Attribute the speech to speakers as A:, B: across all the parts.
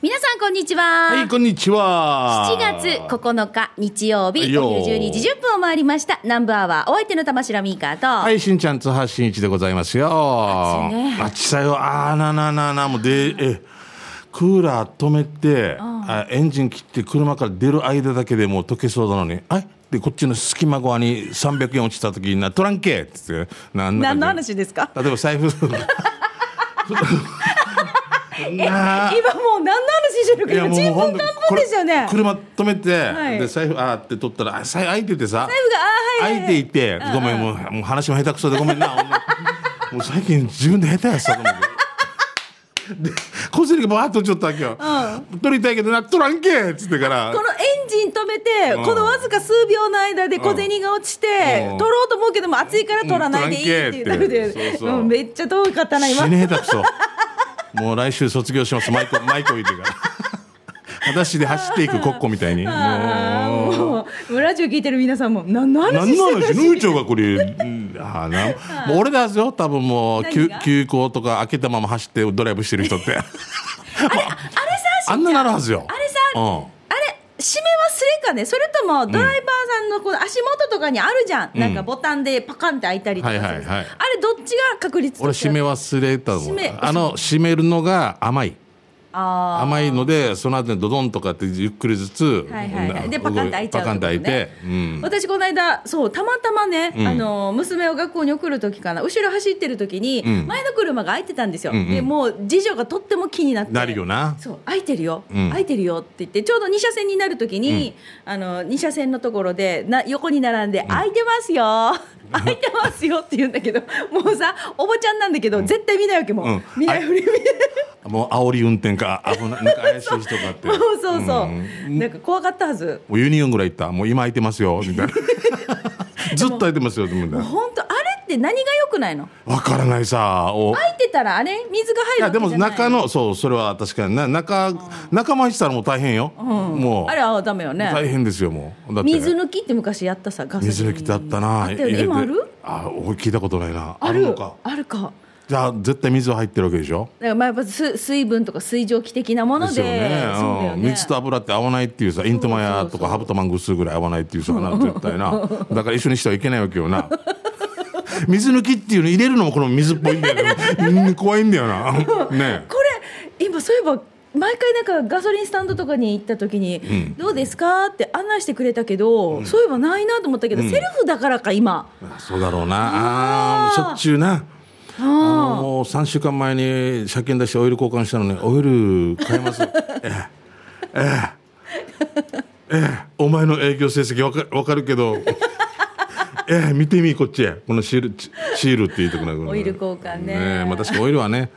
A: 皆さんこんにちは、
B: はい、こんにちは。
A: 7月9日日曜
B: はい
A: 日
B: よ
A: お昼12時10分を回りました南部アワーお相手の玉城ミーカーと、
B: はい、しんちゃん、津波しんいちでございますよ。
A: 暑いね
B: あっちさよ、あーなななな、もうで、え、クーラー止めて、あエンジン切って車から出る間だけでもう溶けそうなのに、あいで、こっちの隙間側に300円落ちた時にな、取らんけっつって、なん
A: 何の
B: 感じ
A: 話ですか
B: 例えば財布。 なあ
A: 今もう何の話してるか
B: いやもう
A: ちんぽ
B: ほ
A: ん
B: ん
A: か
B: と
A: んぽんですよね
B: これ車止めて、
A: い
B: で財布あーって取ったらあ財布開いててさ
A: 財布があーはいはいはい
B: 開いていて、ごめんもうもう話も下手くそでごめ んなほんまもう最近自分で下手やしさと思って。で小銭がバーッと落ちとったわけよ、取りたいけどな取らんけっつってから
A: このエンジン止めて、
B: うん
A: このわずか数秒の間で小銭が落ちて、
B: うん
A: 取ろうと思うけども暑いから取らないでいいって言ったの
B: うん取らんけって
A: で、
B: そうそう
A: うんめっちゃ遠かったな今
B: 死ね下手くそもう来週卒業しますマイコマイコいてから私で走っていくコッコみたい にもう
A: あーもうラジオ聞いてる皆さんも何の話
B: 何
A: して
B: の
A: る
B: 話ヌーちゃんがこれ、うんあーなもう俺だですよ多分もう
A: 何
B: 休
A: が
B: 休校とか開けたまま走ってドライブしてる 人って
A: あれさ
B: あんななるはずよ
A: あれさ、
B: うん
A: あれ締めはすれかねそれともドライバーさんのこの足元とかにあるじゃん、なんかボタンでパカンって開いたりとかする、
B: はいはいはい
A: あれどっちが確率
B: 俺締め忘れたも
A: 締
B: ん
A: め
B: あの締めるのが甘い
A: あ
B: 甘いのでその後にドドンとかってゆっくりずつ、
A: ーはいはいは
B: う
A: い
B: ん
A: でパカンって開いちゃう
B: パカン
A: っ
B: っ
A: こと
B: てて開いて
A: ね、
B: うん
A: 私この間そうたまたまね、
B: ん
A: あの娘を学校に送る時かな後ろ走ってる時に、
B: ん
A: 前の車が空いてたんですよ、
B: うんうん
A: でもう次女がとっても気になって
B: なるよな
A: そう空いてるよ、
B: うん
A: 空いてるよって言ってちょうど2車線になるときに、あの2車線のところでな横に並んで「空いてます よ空いてますよ」って言うんだけどもうさおばちゃんなんだけど、絶対見ないわけもう、
B: うん
A: 見ないふり見ない
B: もう煽り運転かあ危ないなんか怪しい人があっ て
A: もうそうそう、
B: ん
A: なんか怖かったはず
B: もうユニオンぐらい行ったもう今空いてますよみたい なずっと空いてますよみたいな
A: 本当あれって何が良くないの
B: わからないさお
A: 空いてたらあれ水が
B: い
A: 入る
B: や
A: わけ
B: で
A: じゃ
B: も
A: ない
B: 中のそうそれは確かにな中仲間入ってたらもう大変よ、もう
A: あれはダメよね
B: 大変ですよもうだって
A: 水抜きって昔やったさガス
B: 水抜きってあった
A: あ
B: な
A: ったよね
B: 入れて
A: 今ある
B: あ俺聞いたことないな
A: あ
B: る
A: る
B: のか
A: あるか
B: じゃあ絶対水は入ってるわけでしょ
A: だからまあやっぱす水分とか水蒸気的なもの
B: で
A: です
B: よね
A: そうだよ
B: うん
A: ね
B: 水と油って合わないっていうさイントマヤとかハブトマングスぐらい合わないっていうさな絶対なだから一緒にしてはいけないわけよな水抜きっていうの入れるのもこの水っぽいんだよ ねうん怖いんだよなね
A: これ今そういえば毎回なんかガソリンスタンドとかに行った時に「どうですか?」って案内してくれたけど、そういえばないなと思ったけど、セルフだからか今
B: あそうだろうなあーしょっちゅうなあのもう3週間前に車検出してオイル交換したのにオイル買えますええええええお前の営業成績わかわかるけどええ見てみこっちへこのシールチシールって言いたくなる
A: オイル交換ね
B: えまあ、確かにオイルはね、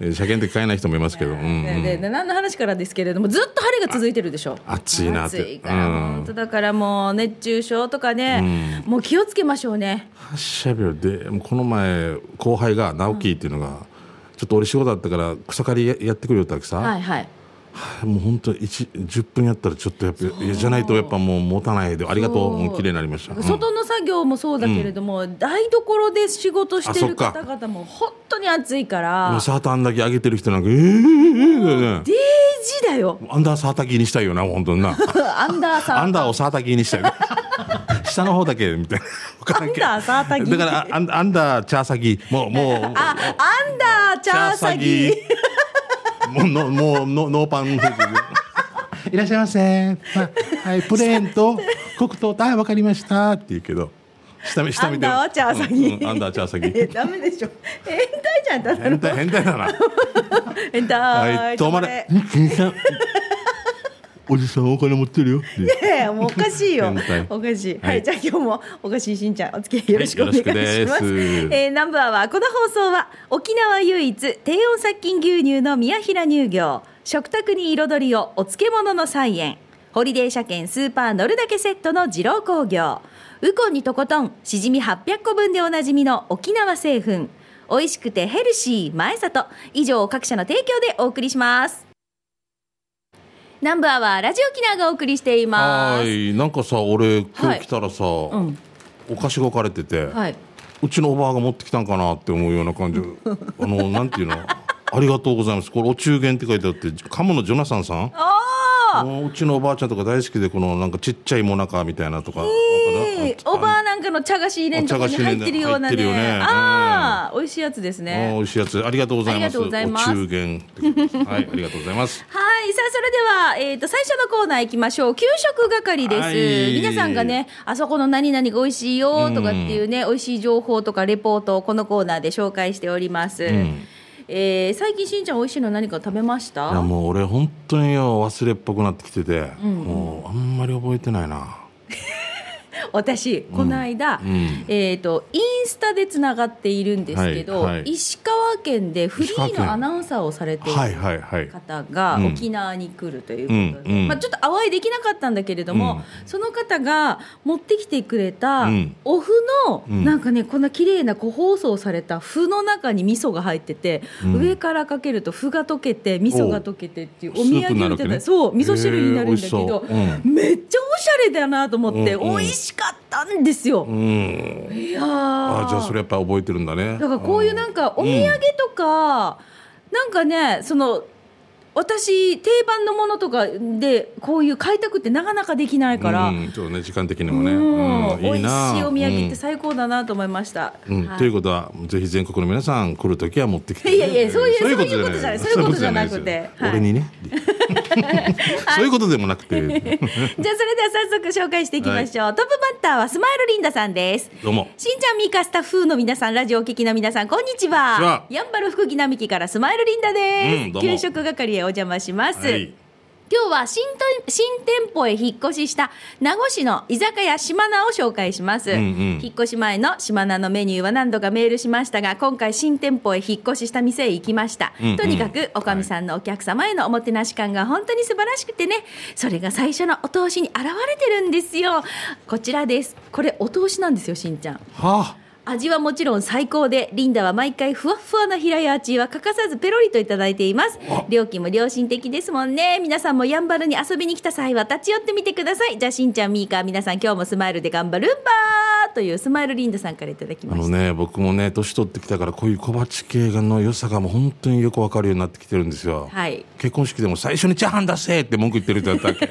B: う ん、車検で買えない人もいますけど、うんうん
A: でで何の話からですけれどもずっと晴れが続いてるでしょ
B: あ暑いなって
A: 暑いから、
B: うん
A: 本当だからもう熱中症とかね、もう気をつけましょうね
B: 発射病でもうこの前後輩が直樹っていうのが、ちょっと俺仕事だったから草刈りややってくれよったわけさ、
A: はいはい
B: もう本当一10分やったらちょっとやっぱいやじゃないとやっぱもう持たないでありがとう
A: そう
B: うん綺麗になりました、うん
A: 外の作業もそうだけれども、台所で仕事してる
B: あそ
A: 方
B: っ
A: 々も本当に暑いか
B: も
A: ら
B: うサーターアンだけ上げてる人なんかえええええええ
A: デージだよ
B: アンダーサータギーにしたいよな本当にな
A: アンダーさん
B: アンダーをサータギーにしたい 下の方だけみたいな分からんけど
A: アンダーサータギー
B: だからあアンアンダーチャーサギーもうもう
A: あ、アンダーチャーサギー。
B: もうのもうのノーパンいらっしゃいませ、まあはい、プレーンと黒糖とはいわかりましたって言うけど下見下
A: ア
B: 見
A: ン
B: て
A: ダーはチャーサギ
B: うんうんアンダーチャーサギ
A: え、ダメでしょ。変態じゃん、ただ
B: 変
A: の。
B: 態変態だな
A: 変態。
B: はい止まれ。金さんおじさんお金持 ってるよって
A: ええ、もうおかしいよ
B: 変態。
A: おかしい。は、
B: はいい
A: じゃあ今日もおかしいしんちゃん、お付き合いよろしくお願いし
B: はいよろ
A: ま
B: し
A: す。
B: くです
A: えー、ナンバーは、この放送は、沖縄唯一、低温殺菌牛乳の宮平乳業、食卓に彩りをお漬物の菜園、ホリデー車検スーパー乗るだけセットの二郎工業、ウコンにとことん、しじみ800個分でおなじみの沖縄製粉、美味しくてヘルシー前里、以上各社の提供でお送りします。ナンバーはラジオ沖縄がお送りしています
B: は。いなんかさ俺今
A: はい
B: 日来たらさ、
A: ん
B: お菓子が置かれてて、
A: はい。
B: うちのおばあが持ってきたんかなって思うような感じあのなんていうのありがとうございます。これ、お中元って書いてあって、鴨のジョナサンさん
A: あ
B: もううちのおばあちゃんとか大好きで、このなんかちっちゃいもなかみたいなとか。
A: ーおばあなんかの茶菓子入れんとこに入ってるような
B: お茶菓子入れんとこに入ってるよ
A: ね
B: ね
A: ああ美味しいやつです
B: あー
A: ね
B: 美味しいやつ、ありがとうござい
A: あ
B: ま
A: りが
B: す。
A: とうございます
B: お中元ってことです。はい、ありがとうござ います。
A: はいさあそれでは、えー、と最初のコーナー行きましょう給食係です、
B: はい
A: 皆さんがねあそこの何々が美味しいよとかっていうね、美味しい情報とかレポートをこのコーナーで紹介しております、
B: ん
A: えー最近しんちゃん美味しいの何か食べまし
B: いや
A: た
B: もう俺本当によ忘れっぽくなってきてて、もうあんまり覚えてないな。
A: 私この間、
B: うん
A: えー、とインスタでつながっているんですけど、
B: はいはい
A: 石川県でフリ
B: 石川
A: ー
B: 県
A: のアナウンサーをされてい
B: はい
A: る
B: はいはい。
A: 方が
B: うん
A: 沖縄に来るということで、
B: うんうん
A: まあ、ちょっとお会いできなかったんだけれども、その方が持ってきてくれた
B: うん
A: お麩の、
B: うん
A: なんかねこんな綺麗な個包装された麩の中に味噌が入ってて、
B: うん
A: 上からかけると麩が溶けて味噌が溶けてっていうお
B: おう
A: 土産
B: スープになる
A: みた
B: わけ
A: い
B: ね
A: な、そう味噌汁になるんだけ
B: へー
A: ど、
B: 美味しそ
A: めっちゃおしゃれだなと思って、
B: うんうん
A: 美味しかったんですよ。
B: うん。
A: いや
B: あ
A: あ
B: ーじゃあそれやっぱ覚えてるんだね。
A: だからこういうなんかお土産とか、なんかねその私定番のものとかでこういう開拓ってなかなかできないから、
B: うん、そうね時間的に
A: う
B: もね、
A: ん
B: うん
A: 美味しい
B: な
A: お土産って最高だなと思いました。
B: うんうん
A: はい
B: ということはぜひ全国の皆さん来るときは持ってきて、
A: いやいやそういうそういうことじゃない
B: そ
A: そうい
B: ううこと
A: うことじゃなくて
B: です
A: は
B: よ
A: い
B: 俺に ねそういうことでもなくて
A: じゃあそれでは早速紹介していきましょう、トップバッターはスマイルリンダさんです
B: ど うも
A: しんちゃんミカスタッフの皆さんラジオお聞きの皆さんこんにちは
B: こんにちは
A: やんばる福木並木からスマイルリンダです、
B: うんどうも
A: 給食係へお邪魔します、
B: はい
A: 今日は新店新店舗へ引っ越しした名護市の居酒屋島名を紹介します、
B: んうん
A: 引っ越し前の島名のメニューは何度かメールしましたが今回新店舗へ引っ越しした店へ行きました、
B: うんうん
A: とにかくおかみさんのお客様へのおもてなし感が本当に素晴らしくてねそれが最初のお通しに現れてるんですよこちらですこれお通しなんですよしんちゃん
B: は
A: 味はもちろん最高でリンダは毎回ふわっふわな平屋アチーは欠かさずペロリといただいています料金も良心的ですもんね皆さんもやんばるに遊びに来た際は立ち寄ってみてくださいじゃあしんちゃんみーか皆さん今日もスマイルで頑張るんばーというスマイルリンダさんからいただき
B: あ
A: ま
B: の
A: した
B: ね僕もね年取ってきたからこういう小鉢系の良さがもう本当によくわかるようになってきてるんですよ、
A: はい
B: 結婚式でも最初にチャーハン出せって文句言ってる人だ ったわけ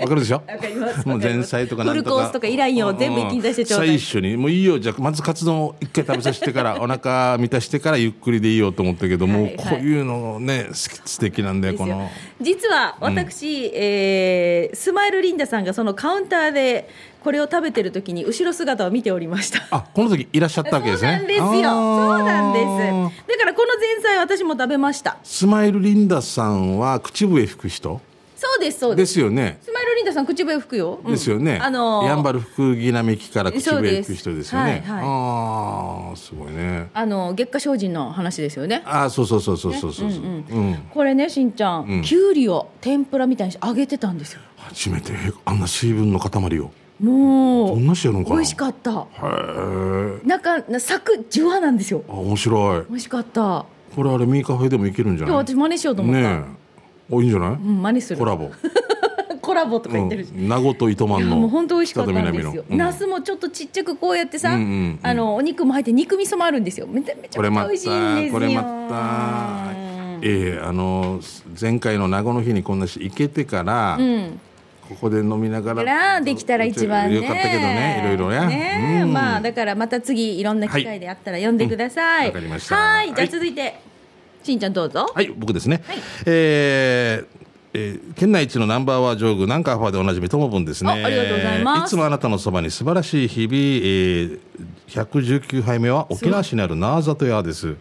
B: わかるでし ょ
A: わかります
B: もう前菜とかなんとか
A: フルコースとかいらんよ
B: うう
A: 全部一気に出してちょうだい
B: 最初にもういいよじゃあまずカツ丼を一回食べさせてから お腹満たしてからゆっくりでいいよと思ったけど、
A: はいはい
B: もうこういうのね好き素敵なんだよ
A: です
B: こ
A: よ
B: の
A: 実は私、えースマイルリンダさんがそのカウンターでこれを食べてる時に後ろ姿を見ておりました
B: あこの時いらっしゃったわけですね
A: そうなんですよ。
B: あー
A: そうなんです。だからこの前菜私も食べました。
B: スマイルリンダさんは口笛吹く人
A: そうですそうで。
B: ですすよね
A: スマイルリンダさん口笛吹くよ。うん
B: ですよね、
A: あのー
B: やんばる福木並木から口
A: そうで
B: 笛
A: す
B: 吹く人ですよね、
A: はいはい
B: ああすごいね
A: あの月下精進の話ですよね。
B: ああそうそうそうそうそうそう、うん
A: これねしんちゃん、きゅうりを天ぷらみたいにして揚げてたんですよ。
B: 初めてあんな水分の塊を
A: も
B: ど
A: うん
B: な人やるのかな
A: 美味しかった。
B: へえ
A: 中サクジュワなんですよ。
B: あ面白い
A: 美味しかった。
B: これあれミーカフェでもいけるんじゃ
A: 今日
B: ない
A: 私真似しようと思った。
B: ねえおいいんじゃない、
A: うん真似する。
B: コラボ、
A: コラボとか
B: う
A: 言
B: ん
A: ってるし。、
B: 名護と糸満
A: いや
B: の
A: もう本当美味しかったん
B: 北と
A: で
B: 南
A: すよ
B: の、うん
A: ナスもちょっとちっちゃくこうやってさ、
B: うんうんうん
A: あのお肉も入って肉味噌もあるんですよめちゃめちゃく
B: これ
A: ち
B: ま
A: ゃ
B: た
A: 美味しいんですよ
B: これまたええあの前回の名護の日にこんなし行けてから、
A: うん
B: ここで飲みなが
A: かららできたら一番ね
B: よかったけどねいろいろね
A: ね
B: うん
A: まあだからまた次いろんな機会であったら読んでください、
B: はいうんわかりました
A: はいじゃあ
B: はい
A: 続いて、しんちゃんどうぞ
B: はい、僕ですね。
A: はい
B: えーえー県内一のナンバーワー上宮、南カファーでおなじみ、ともぶんですね。
A: あありがとうございます
B: いつもあなたのそばに素晴らしい日々、えー119杯目は沖縄市にあるナーザト屋です。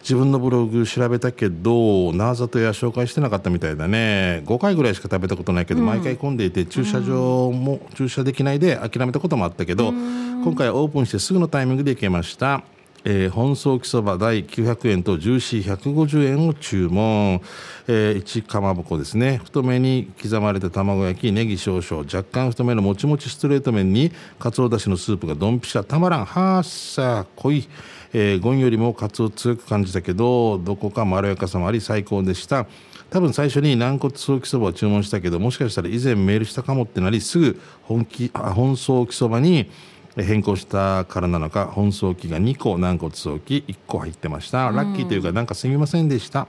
B: 自分のブログ調べたけど、ナーザト屋紹介してなかったみたいだね。5回ぐらいしか食べたことないけど、毎回混んでいて、駐車場も駐車できないで諦めたこともあったけど、今回オープンしてすぐのタイミングで行けました。えー本草木そば第900円とジューシー150円を注文、えー、1かまぼこですね太めに刻まれた卵焼きネギ少々若干太めのもちもちストレート麺にかつおだしのスープがドンピシャたまらんはっさ濃い、えー、ゴンよりもかつお強く感じたけどどこかまろやかさもあり最高でした多分最初に軟骨ソーキそばを注文したけどもしかしたら以前メールしたかもってなりすぐ本気あ本草木そばに変更したからなのか本早期が2個軟骨早期1個入ってましたラッキーというかなんかすみませんでした、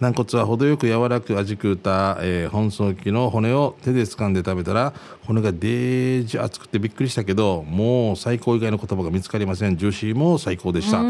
B: 軟骨は程よく柔らく味くうた、えー、本草木の骨を手で掴んで食べたら骨がデージ熱くてびっくりしたけどもう最高以外の言葉が見つかりませんジューシーも最高でした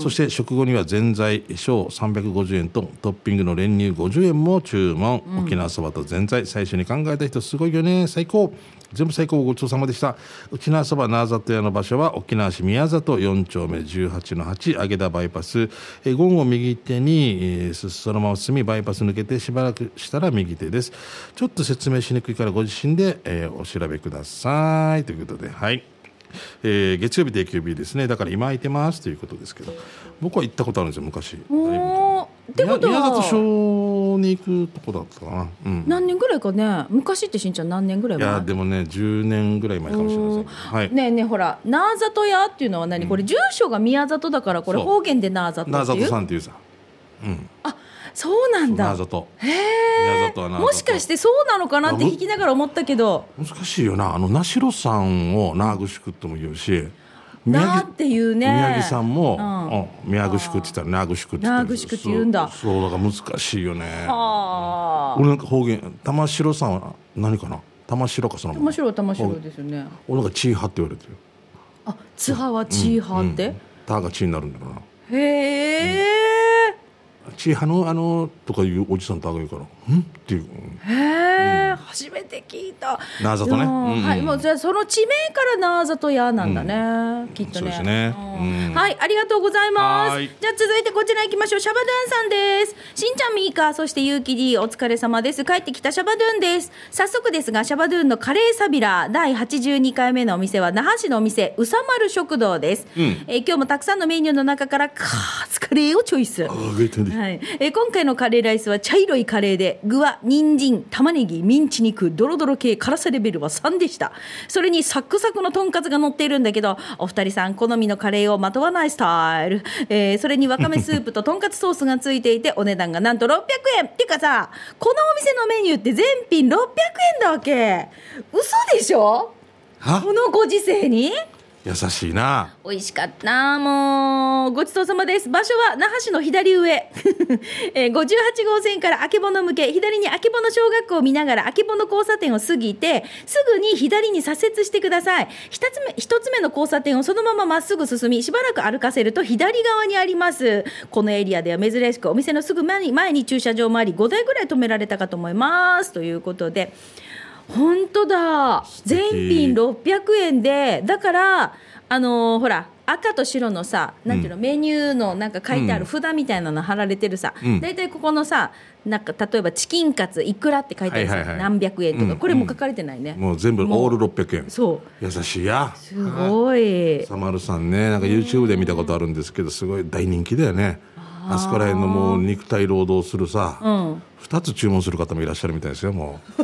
B: そして食後にはぜんざい小350円とトッピングの練乳50円も注文、沖縄そばとぜんざい最初に考えた人すごいよね最高全部最高ごちそうさまでした沖縄そばなあざと屋の場所は沖縄市宮里4丁目18の8揚げ田バイパスえー午後右手に、えーすそのまま進みバイパス抜けてしばらくしたら右手ですちょっと説明しにくいからご自身で、えーお調べくださいということではい、えー月曜日定休日ですねだから今空いてますということですけど僕は行ったことあるんですよ昔
A: おおってこと
B: 宮宮里
A: は
B: 小に行くとこだったかなうん
A: 何年ぐらいかね昔ってしんちゃん何年ぐらい
B: い
A: 前
B: やでもね10年ぐらい前かもしれませんはい
A: ねえねえほら「なあざとや」っていうのは何、これ住所が宮里だからこれ
B: そう
A: 方言で「なあざと」
B: なあ
A: って
B: ざ
A: い
B: と
A: う
B: さんっていうさ
A: そうなん
B: な
A: だ
B: あざと
A: へ
B: 宮
A: え
B: 里はなあざと
A: もしかしてそうなのかなって聞きながら思ったけど
B: 難しいよなあのなしろさんをなあぐしくとも言うし
A: 「
B: 宮
A: なあ」っ
B: 城
A: ていうね
B: 宮城さんも、
A: うん
B: うん宮城しくって言ったらなあぐしくって言った
A: なあぐしくって言うんだ
B: そうそうだから難しいよね
A: はあ
B: 俺なんか方言玉城さんは何かな玉城かそのまま
A: 玉城は玉城ですよね
B: 俺なんかチーハって言われてるよ
A: あ津波はチーハーって、
B: タがチーになるんだから
A: へえ、
B: チーハのあのとかいうおじさんタが言うからんっていううん
A: へえ、初めて聞いた。
B: なあざとね
A: うん
B: うんうん
A: はい、もうじゃあその地名からなあざとやなんだね、きっとね。
B: そうですね
A: うん
B: うん
A: はい、ありがとうございます。
B: はー
A: じ
B: い
A: ゃあ続いてこちら行きましょう。シャバドゥンさんです。しんちゃんミーカー、そしてゆうき D、お疲れ様です。帰ってきたシャバドゥンです。早速ですが、シャバドゥンのカレーサビラー第82回目のお店は那覇市のお店うさまる食堂です。えー今日もたくさんのメニューの中からカーツカレーをチョイス。
B: ああげてる
A: はい、えー今回のカレーライスは茶色いカレーで具は人参玉ねぎミンチ肉ドロドロ系辛さレベルは3でしたそれにサックサクのとんかつが乗っているんだけどお二人さん好みのカレーをまとわないスタイル、えーそれにわかめスープととんかつソースがついていてお値段がなんと600円っていうかさこのお店のメニューって全品600円だわけ嘘でしょ
B: は
A: このご時世に
B: 優しいな
A: 美味しかったもうごちそうさまです場所は那覇市の左上 えー58号線から曙向け左に曙小学校を見ながら曙交差点を過ぎてすぐに左に左折してください一つ目一つ目の交差点をそのまままっすぐ進みしばらく歩かせると左側にありますこのエリアでは珍しくお店のすぐ前に前に駐車場もあり5台ぐらい止められたかと思いますということで本当だ全
B: 敵
A: 品600円でだからあのーほら赤と白のさなんていうの、メニューのなんか書いてある札みたいなの貼られてるさ
B: ん
A: 大体、ここのさなんか例えばチキンカツいくらって書いてあるさ、
B: はいはいはい
A: 何百円とか、
B: うん
A: これも書かれてないね、
B: もう全部オール600円
A: そう
B: 優しいや
A: すごい
B: サマルさんねなんか YouTube で見たことあるんですけどすごい大人気だよねあそこら辺のもう肉体労働するさ、
A: ん
B: 2つ注文する方もいらっしゃるみたいですよも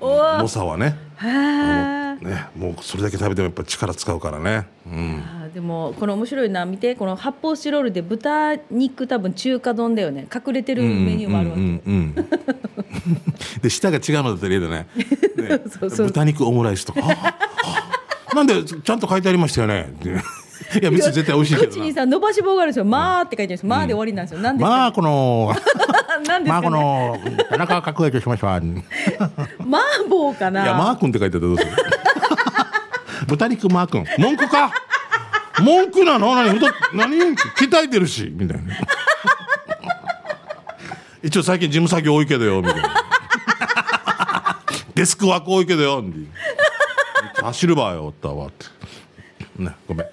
B: う猛者はね
A: へー
B: ねもうそれだけ食べてもやっぱ力使うからねうん
A: あーでもこれ面白いな見てこの発泡スチロールで豚肉多分中華丼だよね隠れてるメニューもあるわけ、
B: うんうんうんうんで舌が違うのだったらいいよねね
A: そうそう
B: 豚肉オムライスと かああなんでちゃんと書いてありましたよねっていや別に絶対美味しいけ
A: こっち
B: ど
A: に
B: な
A: さ伸ばし棒があるんですよ「まあ」って書いてあるんですよ「まあ」で終わりなんですよ、なん、ですか、
B: まあこの
A: なんです
B: ま
A: かね
B: あこの田中角栄としました
A: マーボーかない
B: や、マー君って書いてあったらどうする 豚肉マー君。文句か文句なの何太っ何鍛えてるしみたいな。 一応最近事務作業多いけどよ、みたいな。デスクワーク多いけどよ、みたいな。走るばよ、おったわ、って。ね、ごめん。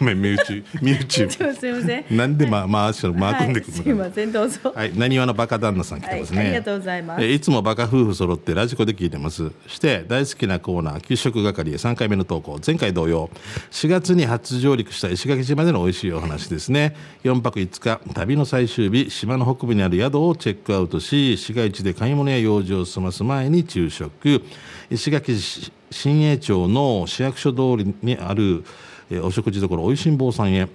B: ごめん、身内。身内。
A: ちょすいま せん
B: なんでま、まあ、マー君でく
A: はい、すい
B: るの
A: ませんどうぞ、
B: はい、なにわのバカ旦那さん来てますね、
A: はいありがとうございます
B: えーいつもバカ夫婦揃ってラジコで聞いてますして大好きなコーナー給食係へ3回目の投稿前回同様4月に初上陸した石垣島での美味しいお話ですね4泊5日旅の最終日島の北部にある宿をチェックアウトし市街地で買い物や用事を済ます前に昼食石垣市新栄町の市役所通りにあるえーお食事処おいしん坊さんへ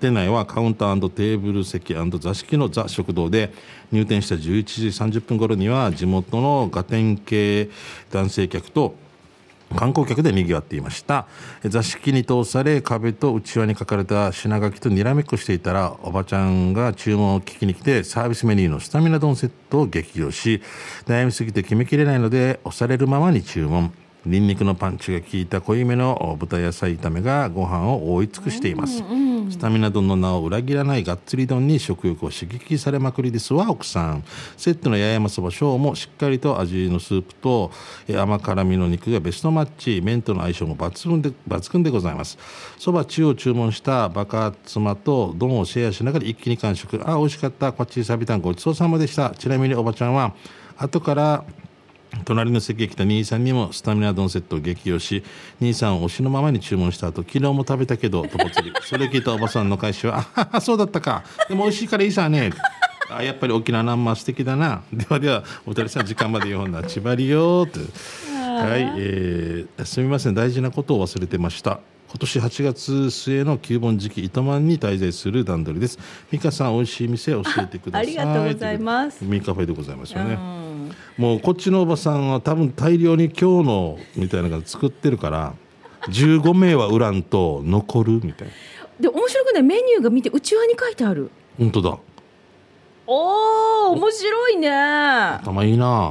B: 店内はカウンターテーブル席座敷のザ食堂で入店した11時30分頃には地元のガテン系男性客と観光客で賑わっていましたえ座敷に通され壁と内輪に書かれた品書きとにらめっこしていたらおばちゃんが注文を聞きに来てサービスメニューのスタミナ丼セットを激用し悩みすぎて決めきれないので押されるままに注文ニンニクのパンチが効いた濃いめの豚野菜炒めがご飯を覆い尽くしています、スタミナ丼の名を裏切らないがっつり丼に食欲を刺激されまくりですわ奥さんセットの八重山そば小もしっかりと味のスープとえー甘辛みの肉がベストマッチ麺との相性も抜群で抜群でございますそば中を注文したバカ妻と丼をシェアしながら一気に完食あ美味しかったこっちサビタンごちそうさまでしたちなみにおばちゃんは後から隣の席へ来た兄さんにもスタミナ丼セットを激用し兄さんを推しのままに注文した後昨日も食べたけどと ぽつりそれを聞いたおばさんの返しは「あははそうだったかでも美味しいからいいさね」あやっぱり沖縄ナンマ素敵だなではではお二人さん時間まで読んだ千葉りよーとはい、えーすみません大事なことを忘れてました今年8月末の旧盆時期糸満に滞在する段取りです美香さん美味しい店教えてください
A: ありがとうございます
B: ミカフェでございますよね、もうこっちのおばさんは多分大量に今日のみたいなのが作ってるから15名は売らんと残るみたいな
A: で面白くないメニューが見て内輪に書いてある
B: 本当だ
A: おお面白いねうん
B: 頭いいな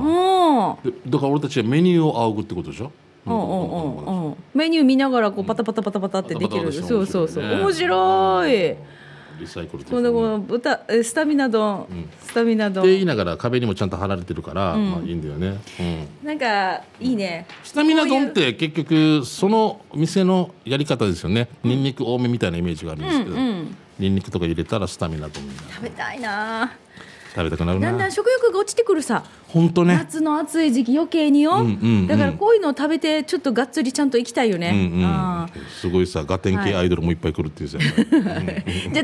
A: うん
B: でだから俺たちはメニューを仰ぐってことでしょ
A: うんうんうんメニュー見ながらこうパタパタパタパタってできる
B: パタパタ
A: そうそうそう面
B: 面
A: 白
B: 白
A: い
B: リサイクル的
A: こ
B: に
A: のこの豚えスタミナ丼スタミナ
B: って言い
A: 丼
B: ながら壁にもちゃんと貼られてるから、まあいいんだよね、うん
A: なんかいいね
B: スタミナ丼って結局その店のやり方ですよねニンニク多めみたいなイメージがあるんですけど、ニンニクとか入れたらスタミナ丼みたいな
A: 食べたいな
B: 食べたくなる
A: だんだ
B: なん
A: 食欲が落ちてくるさ
B: 本当ね
A: 夏の暑い時期余計によ、
B: んうん
A: だからこういうのを食べてちょっとがっつりちゃんと行きたいよね、
B: うんうん
A: あー、
B: すごいさガテン系アイドルもいっぱい来るっていうさ、はい、
A: じゃあ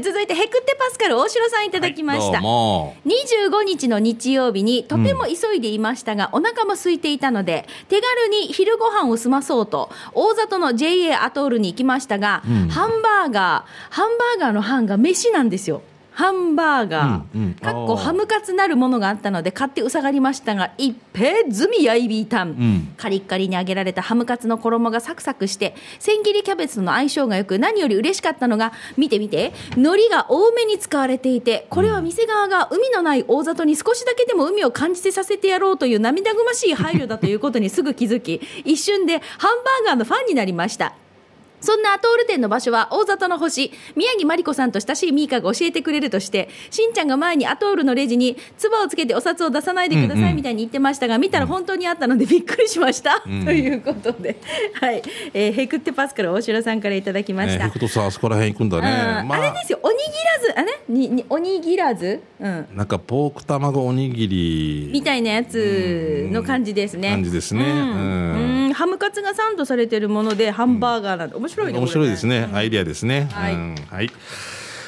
A: 続いてヘクテパスカル大城さんいただきました、
B: どうも
A: 25日の日曜日にとても急いでいましたが、お腹も空いていたので手軽に昼ご飯を済まそうと大里の JA アトールに行きましたが、ハンバーガーハンバーガーのハンが飯なんですよハンバーガー、
B: うんうん
A: かっ
B: あ
A: こ
B: ー
A: ハムカツなるものがあったので買ってうさがりましたが一平済みやいびいたん、
B: ん
A: カリッカリに揚げられたハムカツの衣がサクサクして千切りキャベツとの相性が良く何より嬉しかったのが見て見て海苔が多めに使われていてこれは店側が海のない大里に少しだけでも海を感じてさせてやろうという涙ぐましい配慮だということにすぐ気づき一瞬でハンバーガーのファンになりました。そんなアトール店の場所は大里の星、宮城真理子さんと親しいミーカが教えてくれるとして、しんちゃんが前にアトールのレジに、唾をつけてお札を出さないでくださいみたいに言ってましたが、見たら本当にあったのでびっくりしました。ということで、はい、えーヘクってパスから大城さんからいただきまし
B: ね
A: た。
B: ヘクトさんあそこら辺行くんだ
A: う
B: ね
A: ん
B: ま
A: あれ
B: あ
A: ですよ、おにぎらず、あれににおにぎらず、うん、
B: なんかポーク卵おにぎり
A: みたいなやつの感じですね。
B: 感じですね、う
A: うんん、うんハムカツがサンドされてるもので、ハンバーガーなんて、面白いね。これね
B: 面白いですね、アイディアですね
A: はい
B: うんはい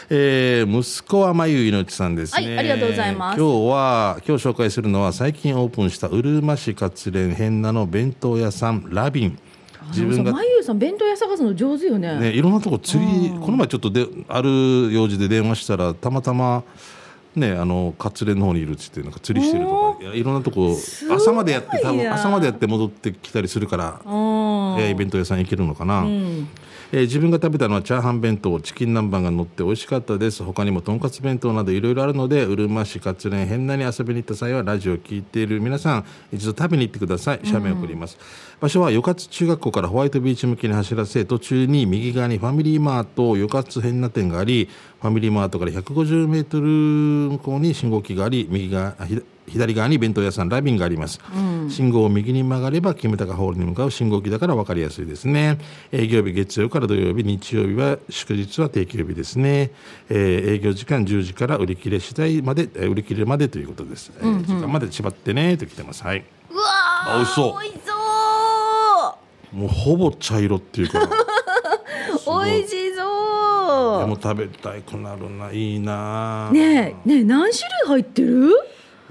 B: えー息子はまゆいのちさんですね、
A: はいありがとうございます
B: 今日は今日紹介するのは最近オープンしたうるま市勝連変なの弁当屋さんラビン自分が
A: まゆさん弁当屋探すの上手よね
B: ね、いろんなとこ釣り、この前ちょっとである用事で電話したらたまたま、ね、あの勝連の方にいるっつってなんか釣りしてるとかいやいろんなとこ
A: ごいな
B: 朝までやって多分朝までやって戻ってきたりするから、
A: うん
B: えーイベント屋さん行けるのかな、えー自分が食べたのはチャーハン弁当チキン南蛮が乗って美味しかったです他にもとんかつ弁当などいろいろあるのでうるま市勝連変なに遊びに行った際はラジオを聞いている皆さん一度食べに行ってください写メを送ります、場所はよかつ中学校からホワイトビーチ向けに走らせ途中に右側にファミリーマートよかつ変な店がありファミリーマートから1 5 0ル向こうに信号機があり右側あ左左側に弁当屋さんラビンがあります、信号を右に曲がればキムタカホールに向かう信号機だから分かりやすいですね営業日月曜から土曜日日曜日は祝日は定休日ですね、えー営業時間10時から売り切れ次第までえー売り切れまでということです、えー時間まで縛ってねと来てますはいう
A: わー
B: あ美味しそう
A: 美味
B: もうほぼ茶色ってい うか
A: しそう美味しそ
B: で
A: う
B: も食べたくなるないいな
A: ねえねえ何種類入ってる、